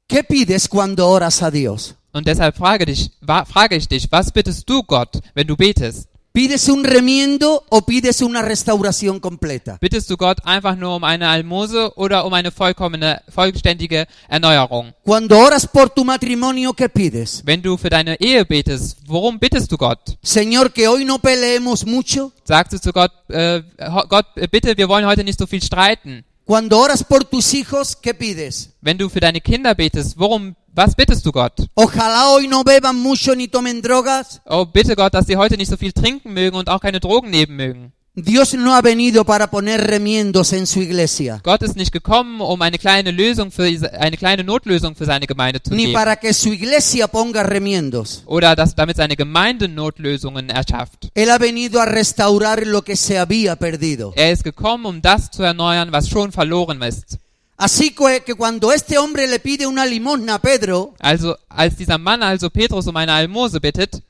Speaker 1: ¿Qué pides cuando oras a Dios?
Speaker 2: Und deshalb frage, dich, wa- frage ich dich, was bittest du Gott, wenn du betest?
Speaker 1: ¿Pides un remiendo o pides una restauración completa?
Speaker 2: Bittest du Gott einfach nur um eine Almose oder um eine vollkommene, vollständige Erneuerung?
Speaker 1: Cuando oras por tu matrimonio, ¿qué pides?
Speaker 2: Wenn du für deine Ehe betest, worum bittest du Gott?
Speaker 1: Señor, que hoy no peleemos mucho.
Speaker 2: Sagst du zu Gott, äh, ho- Gott, äh, bitte, wir wollen heute nicht so viel streiten.
Speaker 1: Cuando oras por tus hijos, ¿qué pides?
Speaker 2: Wenn du für deine Kinder betest, worum, was bittest du Gott?
Speaker 1: Ojalá hoy no beban mucho ni tomen drogas.
Speaker 2: Oh, bitte Gott, dass sie heute nicht so viel trinken mögen und auch keine Drogen nehmen mögen.
Speaker 1: Dios no ha venido para poner remiendos en su iglesia,
Speaker 2: Gott ist nicht gekommen, um eine kleine Lösung für, eine kleine Notlösung für seine Gemeinde zu
Speaker 1: ni
Speaker 2: geben.
Speaker 1: para que su iglesia ponga remiendos.
Speaker 2: Oder dass damit seine Gemeinde Notlösungen erschafft.
Speaker 1: Él ha venido a restaurar lo que se había perdido.
Speaker 2: Er ist gekommen, um das zu erneuern, was schon verloren ist.
Speaker 1: Así que que cuando este hombre le pide una limosna a Pedro,
Speaker 2: Also, als dieser Mann also Petrus um eine Almose bittet,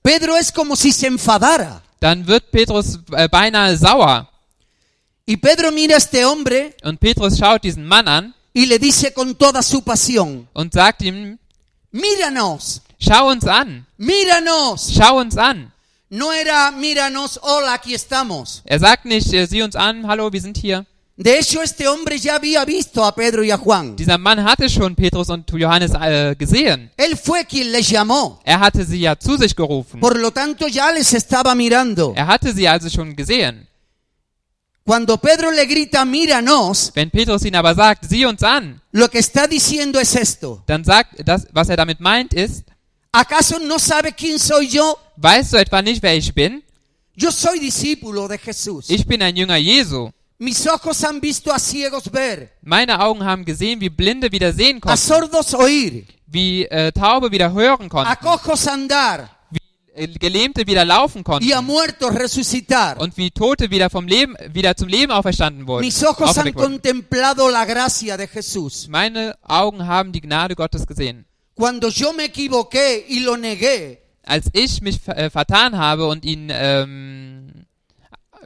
Speaker 1: Pedro es como si se enfadara.
Speaker 2: dann wird Petrus äh, beinahe sauer.
Speaker 1: Y Pedro mira a este hombre
Speaker 2: Und Petrus schaut diesen Mann an
Speaker 1: y le dice con toda su pasión,
Speaker 2: und sagt ihm,
Speaker 1: míranos,
Speaker 2: schau uns an,
Speaker 1: míranos.
Speaker 2: schau uns an.
Speaker 1: No era míranos, hola, aquí estamos.
Speaker 2: Er sagt nicht, äh, sieh uns an, hallo, wir sind hier.
Speaker 1: De hecho, este hombre ya había visto a Pedro y a Juan.
Speaker 2: Dieser Mann hatte schon Petrus und Johannes äh, gesehen.
Speaker 1: Él fue quien les llamó.
Speaker 2: Er hatte sie ja zu sich gerufen.
Speaker 1: Por lo tanto, ya les estaba mirando.
Speaker 2: Er hatte sie also schon gesehen.
Speaker 1: Cuando Pedro le grita, míranos,
Speaker 2: Wenn Petrus ihn aber sagt, sieh uns an,
Speaker 1: lo que está diciendo es esto.
Speaker 2: dann sagt das, was er damit meint, ist,
Speaker 1: ¿Acaso no sabe quién soy yo?
Speaker 2: weißt du etwa nicht, wer ich bin?
Speaker 1: Yo soy discípulo de Jesús.
Speaker 2: Ich bin ein Jünger Jesu.
Speaker 1: Mis ojos han visto a ciegos ver,
Speaker 2: Meine Augen haben gesehen, wie Blinde wieder sehen
Speaker 1: a
Speaker 2: konnten,
Speaker 1: sordos oír,
Speaker 2: wie äh, Taube wieder hören
Speaker 1: a
Speaker 2: konnten,
Speaker 1: cojos andar
Speaker 2: wie äh, Gelähmte wieder laufen
Speaker 1: y a
Speaker 2: konnten
Speaker 1: muertos resucitar.
Speaker 2: und wie Tote wieder vom Leben, wieder zum Leben auferstanden wurden.
Speaker 1: Mis ojos han
Speaker 2: auferweckt wurden.
Speaker 1: contemplado la gracia de Jesús.
Speaker 2: Meine Augen haben die Gnade Gottes gesehen.
Speaker 1: Cuando yo me equivoqué y lo negué,
Speaker 2: Als ich mich ver- äh, vertan habe und ihn ähm,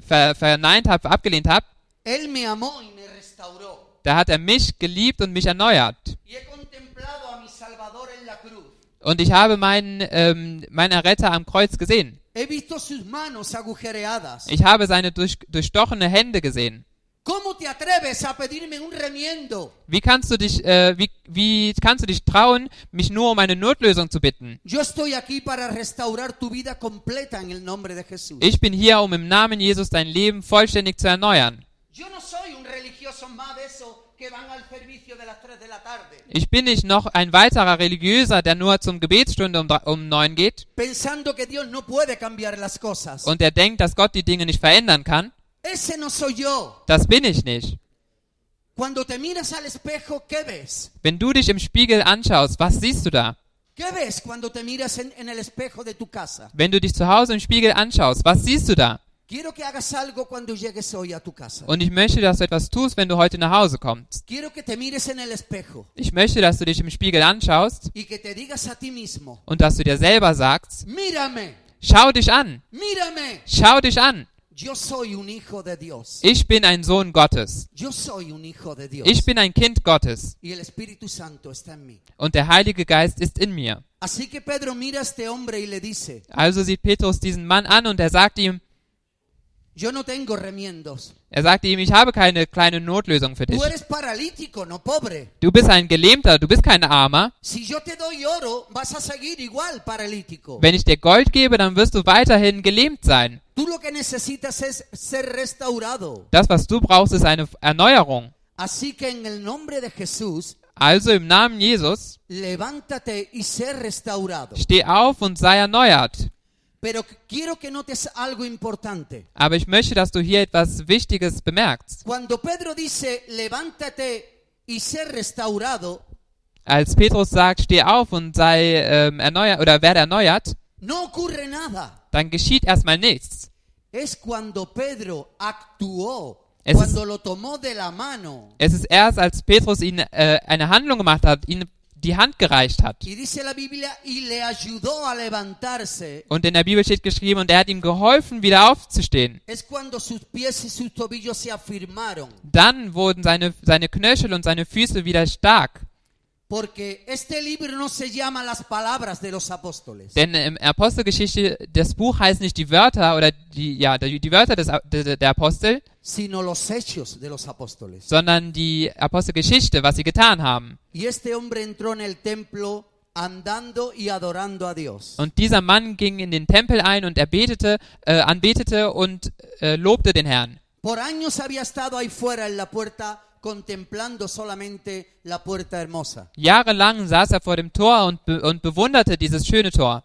Speaker 2: ver verneint habe, abgelehnt habe,
Speaker 1: Él me amó y me restauró.
Speaker 2: da hat er mich geliebt und mich erneuert.
Speaker 1: Y he contemplado a mi Salvador en la cruz.
Speaker 2: Und ich habe meinen, ähm, meinen Erretter am Kreuz gesehen.
Speaker 1: He visto sus manos agujereadas.
Speaker 2: Ich habe seine durch, durchstochene Hände gesehen.
Speaker 1: ¿Cómo te atreves a pedirme un remiendo?
Speaker 2: Wie kannst du dich, äh, wie, wie kannst du dich trauen, mich nur um eine Notlösung zu bitten?
Speaker 1: Yo estoy aquí para restaurar tu vida completa en el nombre de Jesús.
Speaker 2: Ich bin hier, um im Namen Jesus dein Leben vollständig zu erneuern.
Speaker 1: Yo no soy un religioso más de esos que van al servicio de las 3 de la tarde,
Speaker 2: Ich bin nicht noch ein weiterer Religiöser, der nur zum Gebetsstunde um, drei- um neun geht
Speaker 1: pensando que Dios no puede cambiar las cosas.
Speaker 2: und der denkt, dass Gott die Dinge nicht verändern kann.
Speaker 1: Ese no soy yo.
Speaker 2: Das bin ich nicht.
Speaker 1: Cuando te miras al espejo, ¿qué ves?
Speaker 2: Wenn du dich im Spiegel anschaust, was siehst du da?
Speaker 1: ¿Qué ves cuando te miras en, en el espejo de tu casa?
Speaker 2: Wenn du dich zu Hause im Spiegel anschaust, was siehst du da?
Speaker 1: Quiero que hagas algo cuando llegues hoy a tu casa.
Speaker 2: Und ich möchte, dass du etwas tust, wenn du heute nach Hause kommst.
Speaker 1: Quiero que te mires en el espejo
Speaker 2: Ich möchte, dass du dich im Spiegel anschaust
Speaker 1: y que te digas a ti mismo,
Speaker 2: und dass du dir selber sagst,
Speaker 1: mírame,
Speaker 2: schau dich an,
Speaker 1: mírame.
Speaker 2: schau dich an.
Speaker 1: Yo soy un hijo de Dios.
Speaker 2: Ich bin ein Sohn Gottes.
Speaker 1: Yo soy un hijo de Dios.
Speaker 2: Ich bin ein Kind Gottes.
Speaker 1: Y el Espíritu Santo está en mí.
Speaker 2: Und der Heilige Geist ist in mir.
Speaker 1: Así que Pedro mira a este hombre y le dice,
Speaker 2: Also sieht Petrus diesen Mann an und er sagt ihm,
Speaker 1: Yo no tengo remiendos.
Speaker 2: er sagte ihm, ich habe keine kleine Notlösung für dich.
Speaker 1: Tú eres paralítico, no pobre.
Speaker 2: Du bist ein Gelähmter, du bist kein Armer.
Speaker 1: Si yo te doy oro, vas a seguir igual paralítico.
Speaker 2: Wenn ich dir Gold gebe, dann wirst du weiterhin gelähmt sein.
Speaker 1: Tú lo que necesitas es ser restaurado.
Speaker 2: Das, was du brauchst, ist eine Erneuerung.
Speaker 1: Así que en el nombre de Jesús,
Speaker 2: Also im Namen Jesus,
Speaker 1: levántate y sé restaurado.
Speaker 2: steh auf und sei erneuert.
Speaker 1: Pero quiero que notes algo importante.
Speaker 2: Aber ich möchte, dass du hier etwas Wichtiges bemerkst.
Speaker 1: Cuando Pedro dice, levántate y sé restaurado,
Speaker 2: Als Petrus sagt, steh auf und sei ähm, erneuert oder werde erneuert,
Speaker 1: no ocurre nada.
Speaker 2: dann geschieht erstmal nichts.
Speaker 1: Es cuando Pedro actuó,
Speaker 2: Es es-
Speaker 1: cuando lo tomó de la mano
Speaker 2: Es ist erst, als Petrus ihn äh, eine Handlung gemacht hat, ihm die Hand gereicht hat.
Speaker 1: Y dice la Biblia, y le ayudó a levantarse.
Speaker 2: Und in der Bibel steht geschrieben, und er hat ihm geholfen, wieder aufzustehen.
Speaker 1: Es cuando sus pies y sus tobillos se afirmaron.
Speaker 2: Dann wurden seine, seine Knöchel und seine Füße wieder stark.
Speaker 1: Porque este libro no se llama las palabras de los apóstoles.
Speaker 2: Denn im Apostelgeschichte, das Buch heißt nicht die Wörter oder die, ja, die die Wörter des, der, der Apostel,
Speaker 1: sino los hechos de los apóstoles.
Speaker 2: sondern die Apostelgeschichte, was sie getan haben.
Speaker 1: Y este hombre entró en el templo andando y adorando a Dios.
Speaker 2: Und dieser Mann ging in den Tempel ein und er betete, äh, anbetete und äh, lobte den Herrn.
Speaker 1: Por años había estado ahí fuera en la puerta contemplando solamente la puerta hermosa.
Speaker 2: Jahrelang saß er vor dem Tor und, be und bewunderte dieses schöne Tor.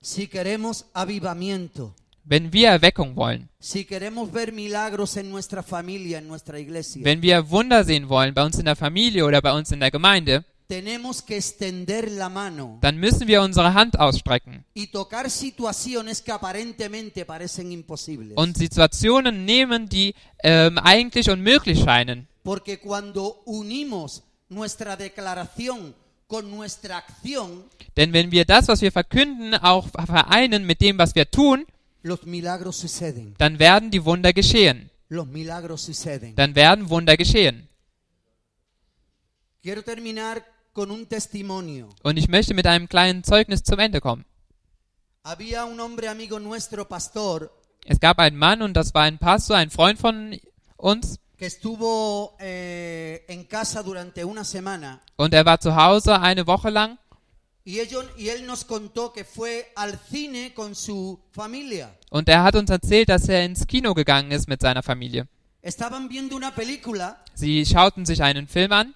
Speaker 1: Si queremos avivamiento,
Speaker 2: Wenn wir Erweckung wollen,
Speaker 1: si queremos ver milagros en nuestra familia, en nuestra iglesia,
Speaker 2: wenn wir Wunder sehen wollen, bei uns in der Familie oder bei uns in der Gemeinde,
Speaker 1: tenemos que extender la mano
Speaker 2: dann müssen wir unsere Hand ausstrecken
Speaker 1: y tocar situaciones que aparentemente parecen imposibles.
Speaker 2: und Situationen nehmen, die ähm, eigentlich unmöglich scheinen.
Speaker 1: Porque cuando unimos nuestra declaración con nuestra acción,
Speaker 2: Denn wenn wir das, was wir verkünden, auch vereinen mit dem, was wir tun,
Speaker 1: los milagros suceden.
Speaker 2: dann werden die Wunder geschehen.
Speaker 1: Los milagros suceden.
Speaker 2: Dann werden Wunder geschehen.
Speaker 1: Quiero terminar con un testimonio.
Speaker 2: Und ich möchte mit einem kleinen Zeugnis zum Ende kommen.
Speaker 1: Había un hombre amigo nuestro, pastor,
Speaker 2: Es gab einen Mann und das war ein Pastor, ein Freund von uns
Speaker 1: que estuvo eh, en casa durante una semana
Speaker 2: und er war zu Hause eine Woche lang
Speaker 1: y, ello- y él nos contó que fue al cine con su familia.
Speaker 2: und er hat uns erzählt, dass er ins Kino gegangen ist mit seiner Familie.
Speaker 1: Estaban viendo una película
Speaker 2: Sie schauten sich einen Film an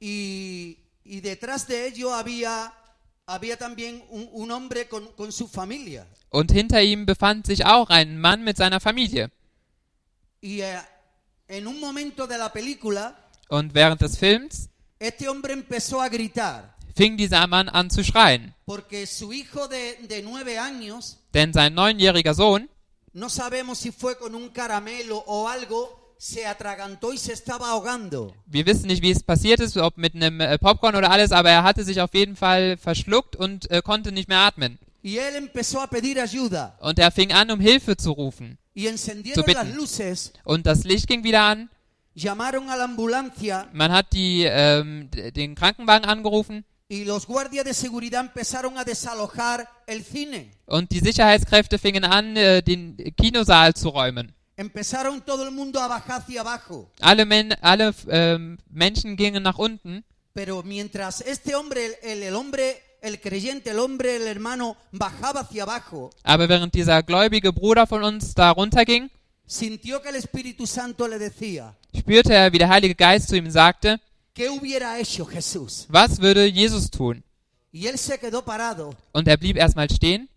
Speaker 1: y, y detrás de ello había, había también un, un hombre con, con su familia.
Speaker 2: und hinter ihm befand sich auch ein Mann mit seiner Familie.
Speaker 1: Y eh, en un momento de la película,
Speaker 2: Und während des Films
Speaker 1: este hombre empezó a gritar
Speaker 2: fing dieser Mann an zu schreien,
Speaker 1: porque su hijo de, de nueve años
Speaker 2: denn sein neunjähriger Sohn,
Speaker 1: No sabemos si fue con un caramelo o algo, se atragantó y se estaba ahogando.
Speaker 2: wir wissen nicht, wie es passiert ist, ob mit einem äh, Popcorn oder alles, aber er hatte sich auf jeden Fall verschluckt und äh, konnte nicht mehr atmen.
Speaker 1: Y él empezó a pedir ayuda.
Speaker 2: Und er fing an, um Hilfe zu rufen.
Speaker 1: Y encendieron
Speaker 2: Zu bitten.
Speaker 1: las luces,
Speaker 2: Und das Licht ging wieder an.
Speaker 1: llamaron a la ambulancia
Speaker 2: Man hat die, ähm, d- den Krankenwagen angerufen
Speaker 1: y los guardias de seguridad empezaron a desalojar el cine.
Speaker 2: und die Sicherheitskräfte fingen an, äh, den Kinosaal zu räumen.
Speaker 1: Empezaron todo el mundo a bajar hacia abajo.
Speaker 2: Alle, Men alle ähm, Menschen gingen nach unten,
Speaker 1: Pero mientras este hombre, el- el, el hombre, el creyente, el hombre, el hermano, bajaba hacia abajo,
Speaker 2: aber während dieser gläubige Bruder von uns da runterging,
Speaker 1: sintió que el Espíritu Santo le decía,
Speaker 2: spürte er, wie der Heilige Geist zu ihm sagte,
Speaker 1: ¿qué hubiera hecho Jesús?
Speaker 2: was würde Jesus tun?
Speaker 1: Y él se quedó parado
Speaker 2: Und er blieb erstmal stehen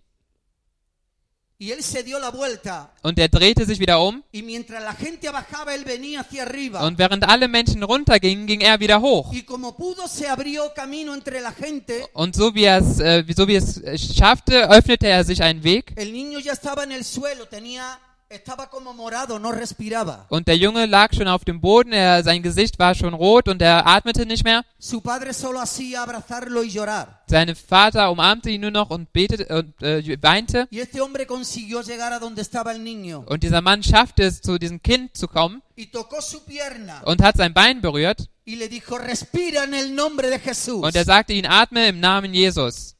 Speaker 1: Y él se dio la vuelta.
Speaker 2: und er drehte sich wieder um
Speaker 1: Y mientras la gente bajaba, él venía hacia arriba.
Speaker 2: und während alle Menschen runtergingen, ging er wieder hoch.
Speaker 1: Y como pudo, se abrió camino entre la gente.
Speaker 2: Und so wie er es, äh, so wie er es äh, schaffte, öffnete er sich einen Weg.
Speaker 1: El niño ya estaba en el suelo, tenía, estaba como morado, no respiraba.
Speaker 2: Und der Junge lag schon auf dem Boden. Er, sein Gesicht war schon rot und er atmete nicht mehr.
Speaker 1: Su padre solo hacía abrazarlo y llorar.
Speaker 2: Sein Vater umarmte ihn nur noch und betete und äh, weinte.
Speaker 1: Y este hombre consiguió llegar a donde estaba el niño.
Speaker 2: Und dieser Mann schaffte es, zu diesem Kind zu kommen
Speaker 1: Y tocó su pierna
Speaker 2: und hat sein Bein berührt.
Speaker 1: y le dijo, respira en el nombre de Jesús.
Speaker 2: Und er sagte ihn, atme im Namen Jesus.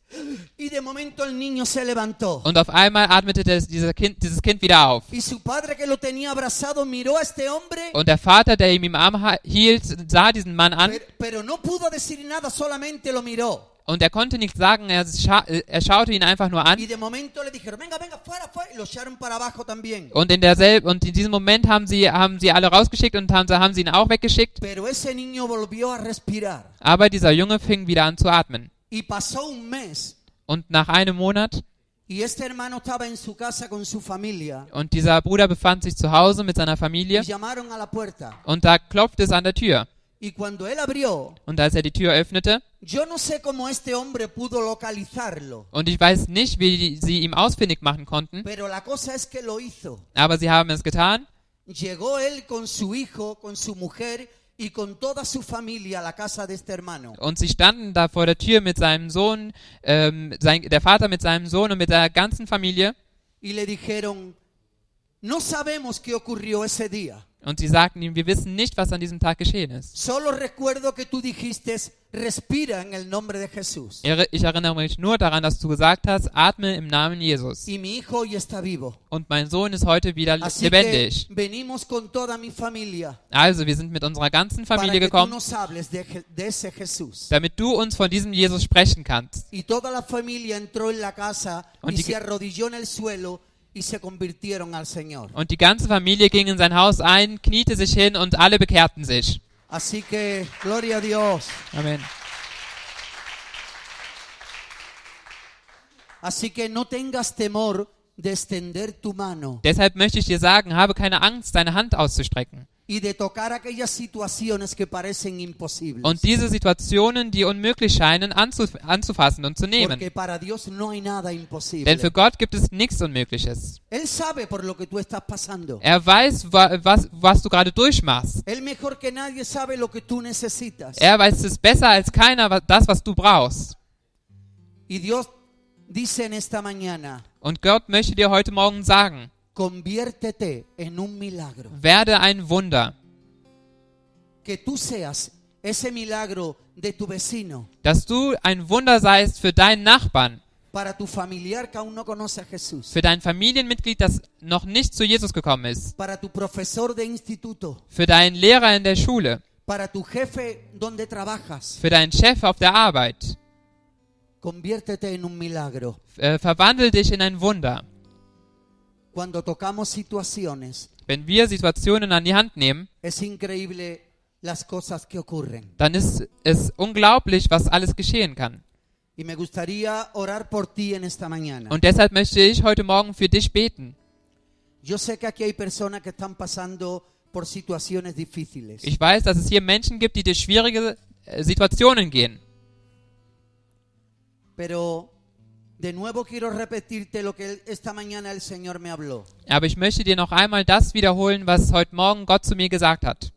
Speaker 1: Y de momento el niño se levantó.
Speaker 2: Und auf einmal atmete das, dieser kind, dieses Kind wieder auf.
Speaker 1: Y su padre que lo tenía abrazado miró a este hombre
Speaker 2: Und der Vater, der ihm im Arm ha- hielt, sah diesen Mann an
Speaker 1: Pero, pero no pudo decir nada, solamente lo miró.
Speaker 2: und er konnte nichts sagen. Er, scha äh, er schaute ihn einfach nur an.
Speaker 1: Y de momento le dijeron, venga, venga, fuera, fuera. Y lo echaron para abajo también.
Speaker 2: Und in derselben und in diesem Moment haben sie haben sie alle rausgeschickt und haben, haben sie ihn auch weggeschickt.
Speaker 1: Pero ese niño volvió a respirar.
Speaker 2: Aber dieser Junge fing wieder an zu atmen.
Speaker 1: Y pasó un mes.
Speaker 2: Und nach einem Monat
Speaker 1: Y este hermano estaba en su casa con su familia.
Speaker 2: und dieser Bruder befand sich zu Hause mit seiner
Speaker 1: Y
Speaker 2: Familie
Speaker 1: llamaron a la puerta.
Speaker 2: und da klopfte es an der Tür.
Speaker 1: Y cuando él abrió,
Speaker 2: Und als er die Tür öffnete
Speaker 1: yo no sé cómo este hombre pudo localizarlo.
Speaker 2: und ich weiß nicht, wie die, sie ihm ausfindig machen konnten,
Speaker 1: Pero la cosa es que lo hizo.
Speaker 2: aber sie haben es getan.
Speaker 1: Llegó él con su hijo, con su mujer y con toda su familia a la casa de este hermano.
Speaker 2: Und sie standen da vor der Tür mit seinem Sohn, ähm, sein, der Vater mit seinem Sohn und mit der ganzen Familie.
Speaker 1: y le dijeron, no sabemos qué ocurrió ese día,
Speaker 2: Und sie sagten ihm, wir wissen nicht, was an diesem Tag geschehen ist.
Speaker 1: Solo recuerdo que tú dijiste, respira en el nombre de Jesús.
Speaker 2: Ehre- Ich erinnere mich nur daran, dass du gesagt hast, atme im Namen Jesus.
Speaker 1: Y mi hijo hoy está vivo.
Speaker 2: Und mein Sohn ist heute wieder
Speaker 1: Así que
Speaker 2: lebendig.
Speaker 1: venimos con toda mi familia
Speaker 2: Also, wir sind mit unserer ganzen
Speaker 1: para
Speaker 2: Familie
Speaker 1: que tú
Speaker 2: gekommen,
Speaker 1: nos hables de, Je- de ese Jesús.
Speaker 2: damit du uns von diesem Jesus sprechen kannst.
Speaker 1: Y toda la familia entró en la casa
Speaker 2: Und
Speaker 1: y
Speaker 2: die-
Speaker 1: se arrodilló en el suelo y se convirtieron al Señor.
Speaker 2: Und die ganze Familie ging in sein Haus ein, kniete sich hin und alle bekehrten sich.
Speaker 1: Así que, gloria a Dios.
Speaker 2: Amen.
Speaker 1: Así que no tengas temor de extender tu mano
Speaker 2: Deshalb möchte ich dir sagen, habe keine Angst, deine Hand auszustrecken.
Speaker 1: y de tocar aquellas situaciones que parecen imposibles.
Speaker 2: Und diese Situationen, die unmöglich scheinen, anzuf anzufassen und zu nehmen.
Speaker 1: Porque para Dios no hay nada
Speaker 2: Denn für
Speaker 1: imposible.
Speaker 2: Gott gibt es nichts Unmögliches.
Speaker 1: Él sabe por lo que tú estás pasando.
Speaker 2: Er weiß, wa was, was du gerade durchmachst.
Speaker 1: Él mejor que nadie sabe lo que tú necesitas.
Speaker 2: Er weiß es besser als keiner, wa- das, was du brauchst.
Speaker 1: Y Dios dice en esta mañana,
Speaker 2: Und Gott möchte dir heute Morgen sagen,
Speaker 1: conviértete en un milagro.
Speaker 2: werde ein Wunder,
Speaker 1: Que tú seas ese milagro de tu vecino,
Speaker 2: dass du ein Wunder seist für deinen Nachbarn,
Speaker 1: para tu familiar que aún no conoce a Jesús,
Speaker 2: für dein Familienmitglied, das noch nicht zu Jesus gekommen ist,
Speaker 1: para tu profesor de instituto,
Speaker 2: für deinen Lehrer in der Schule,
Speaker 1: para tu jefe donde trabajas.
Speaker 2: für deinen Chef auf der Arbeit.
Speaker 1: Conviértete en un milagro.
Speaker 2: Äh, verwandel dich in ein Wunder.
Speaker 1: Cuando tocamos situaciones,
Speaker 2: Wenn wir Situationen an die Hand nehmen,
Speaker 1: es increíble las cosas que ocurren.
Speaker 2: dann ist es unglaublich, was alles geschehen kann.
Speaker 1: Y me gustaría orar por ti en esta mañana.
Speaker 2: Und deshalb möchte ich heute Morgen für dich beten.
Speaker 1: Yo sé que aquí hay personas que están pasando por situaciones difíciles.
Speaker 2: Ich weiß, dass es hier Menschen gibt, die durch schwierige äh, Situationen gehen.
Speaker 1: Pero de nuevo quiero repetirte lo que el- esta mañana el Señor me habló.
Speaker 2: Aber ich möchte dir noch einmal das wiederholen, was heute Morgen Gott zu mir gesagt hat.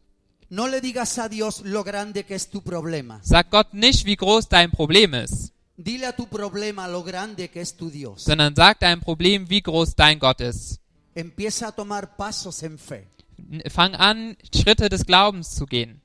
Speaker 1: No le digas a Dios lo grande que es tu problema.
Speaker 2: Sag Gott nicht, wie groß dein Problem ist,
Speaker 1: Dile a tu problema lo grande que es tu Dios.
Speaker 2: sondern sag deinem Problem, wie groß dein Gott ist.
Speaker 1: Empieza a tomar pasos en fe.
Speaker 2: N- Fang an, Schritte des Glaubens zu gehen.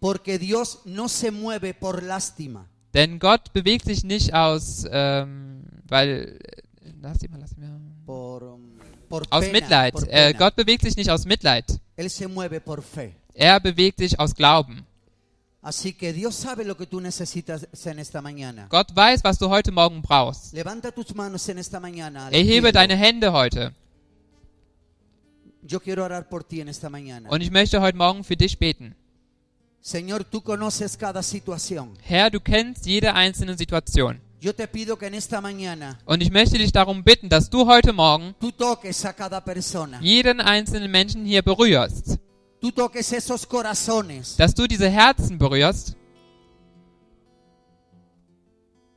Speaker 1: Porque Dios no se mueve por lástima.
Speaker 2: Denn Gott bewegt sich nicht aus, ähm, weil, äh, lass ihn mal, lass ihn mal.
Speaker 1: Por, um, por
Speaker 2: Aus
Speaker 1: pena,
Speaker 2: Mitleid.
Speaker 1: por
Speaker 2: Äh,
Speaker 1: pena.
Speaker 2: Gott bewegt sich nicht aus Mitleid.
Speaker 1: Él se mueve por fe.
Speaker 2: Er bewegt sich aus Glauben.
Speaker 1: Así que Dios sabe lo que tú necesitas en esta mañana.
Speaker 2: Gott weiß, was du heute Morgen brauchst.
Speaker 1: Levanta tus manos en esta mañana. al
Speaker 2: Erhebe
Speaker 1: cielo.
Speaker 2: deine Hände heute.
Speaker 1: Yo quiero orar por ti en esta mañana.
Speaker 2: Und ich möchte heute Morgen für dich beten.
Speaker 1: Señor, tú conoces cada situación.
Speaker 2: Herr, du kennst jede einzelne Situation.
Speaker 1: Yo te pido que en esta mañana
Speaker 2: Und ich möchte dich darum bitten, dass du heute Morgen
Speaker 1: tú toques a cada persona.
Speaker 2: jeden einzelnen Menschen hier berührst.
Speaker 1: Tú toques esos corazones.
Speaker 2: Dass du diese Herzen berührst.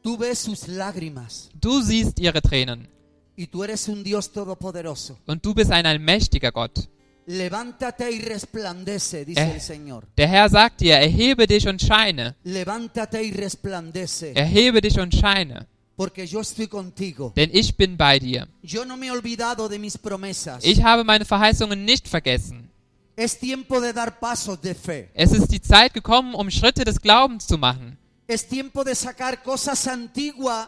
Speaker 1: Tú ves sus lágrimas.
Speaker 2: Du siehst ihre Tränen.
Speaker 1: Y tú eres un Dios todopoderoso.
Speaker 2: Und du bist ein allmächtiger Gott.
Speaker 1: Levántate y resplandece, dice
Speaker 2: Eh.
Speaker 1: el Señor.
Speaker 2: Der Herr sagt dir, erhebe dich und scheine.
Speaker 1: Levántate y resplandece.
Speaker 2: Erhebe dich und scheine.
Speaker 1: Porque yo estoy contigo.
Speaker 2: Denn ich bin bei dir.
Speaker 1: Yo no me he olvidado de mis promesas.
Speaker 2: Ich habe meine Verheißungen nicht vergessen.
Speaker 1: Es tiempo de dar pasos de fe.
Speaker 2: Es ist die Zeit gekommen, um Schritte des Glaubens zu machen.
Speaker 1: Es tiempo de sacar cosas antiguas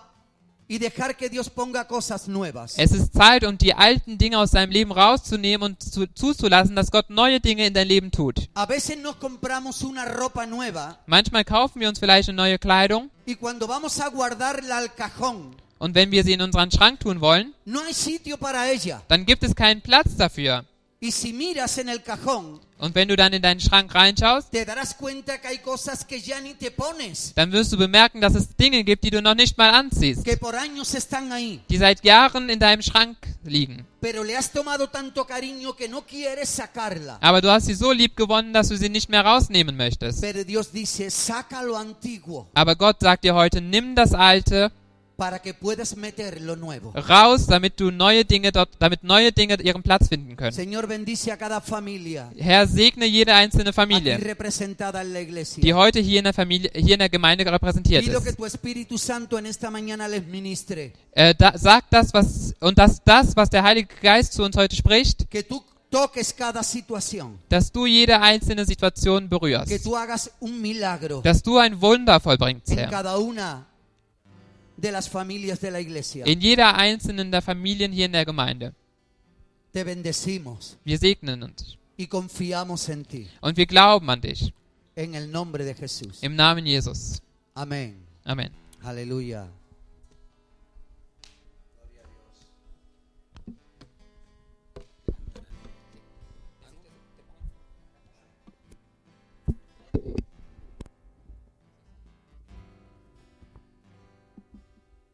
Speaker 1: y dejar que Dios ponga cosas nuevas.
Speaker 2: Es ist Zeit, um die alten Dinge aus deinem Leben rauszunehmen und zu, zuzulassen, dass Gott neue Dinge in dein Leben tut.
Speaker 1: A veces nos compramos una ropa nueva
Speaker 2: Manchmal kaufen wir uns vielleicht eine neue Kleidung
Speaker 1: y cuando vamos a guardarla al cajón,
Speaker 2: und wenn wir sie in unseren Schrank tun wollen,
Speaker 1: no hay sitio para ella.
Speaker 2: dann gibt es keinen Platz dafür.
Speaker 1: Y si miras en el cajón,
Speaker 2: Und wenn du dann in deinen Schrank reinschaust,
Speaker 1: te darás cuenta que hay cosas que ya ni te pones,
Speaker 2: dann wirst du bemerken, dass es Dinge gibt, die du noch nicht mal anziehst,
Speaker 1: que por años están ahí,
Speaker 2: die seit Jahren in deinem Schrank liegen.
Speaker 1: pero le has tomado tanto cariño que no quieres sacarla.
Speaker 2: Aber du hast sie so lieb gewonnen, dass du sie nicht mehr rausnehmen möchtest.
Speaker 1: Pero Dios dice, saca lo antiguo
Speaker 2: Aber Gott sagt dir heute, nimm das Alte
Speaker 1: para que puedas meter lo nuevo.
Speaker 2: raus, damit du neue Dinge dort, damit neue Dinge ihren Platz finden können.
Speaker 1: Señor, bendice a cada familia
Speaker 2: Herr, segne jede einzelne
Speaker 1: aquí
Speaker 2: Familie,
Speaker 1: representada en la
Speaker 2: die
Speaker 1: iglesia.
Speaker 2: heute hier in der Familie, hier in der Gemeinde repräsentiert
Speaker 1: Pido que
Speaker 2: ist.
Speaker 1: tu Espíritu Santo en esta mañana les ministre.
Speaker 2: Äh, da, sag das, was und dass das, was der Heilige Geist zu uns heute spricht,
Speaker 1: que tú toques cada situación,
Speaker 2: dass du jede einzelne Situation
Speaker 1: que
Speaker 2: berührst,
Speaker 1: tú hagas un milagro
Speaker 2: dass du ein Wunder vollbringst,
Speaker 1: en
Speaker 2: Herr,
Speaker 1: cada una de las familias de la iglesia.
Speaker 2: in jeder einzelnen der Familien hier in der Gemeinde.
Speaker 1: Te bendecimos
Speaker 2: Wir segnen uns
Speaker 1: y confiamos en ti,
Speaker 2: und wir glauben an dich Em-
Speaker 1: en el nombre de Jesús.
Speaker 2: im Namen Jesus.
Speaker 1: Amén.
Speaker 2: Amen.
Speaker 1: Aleluya.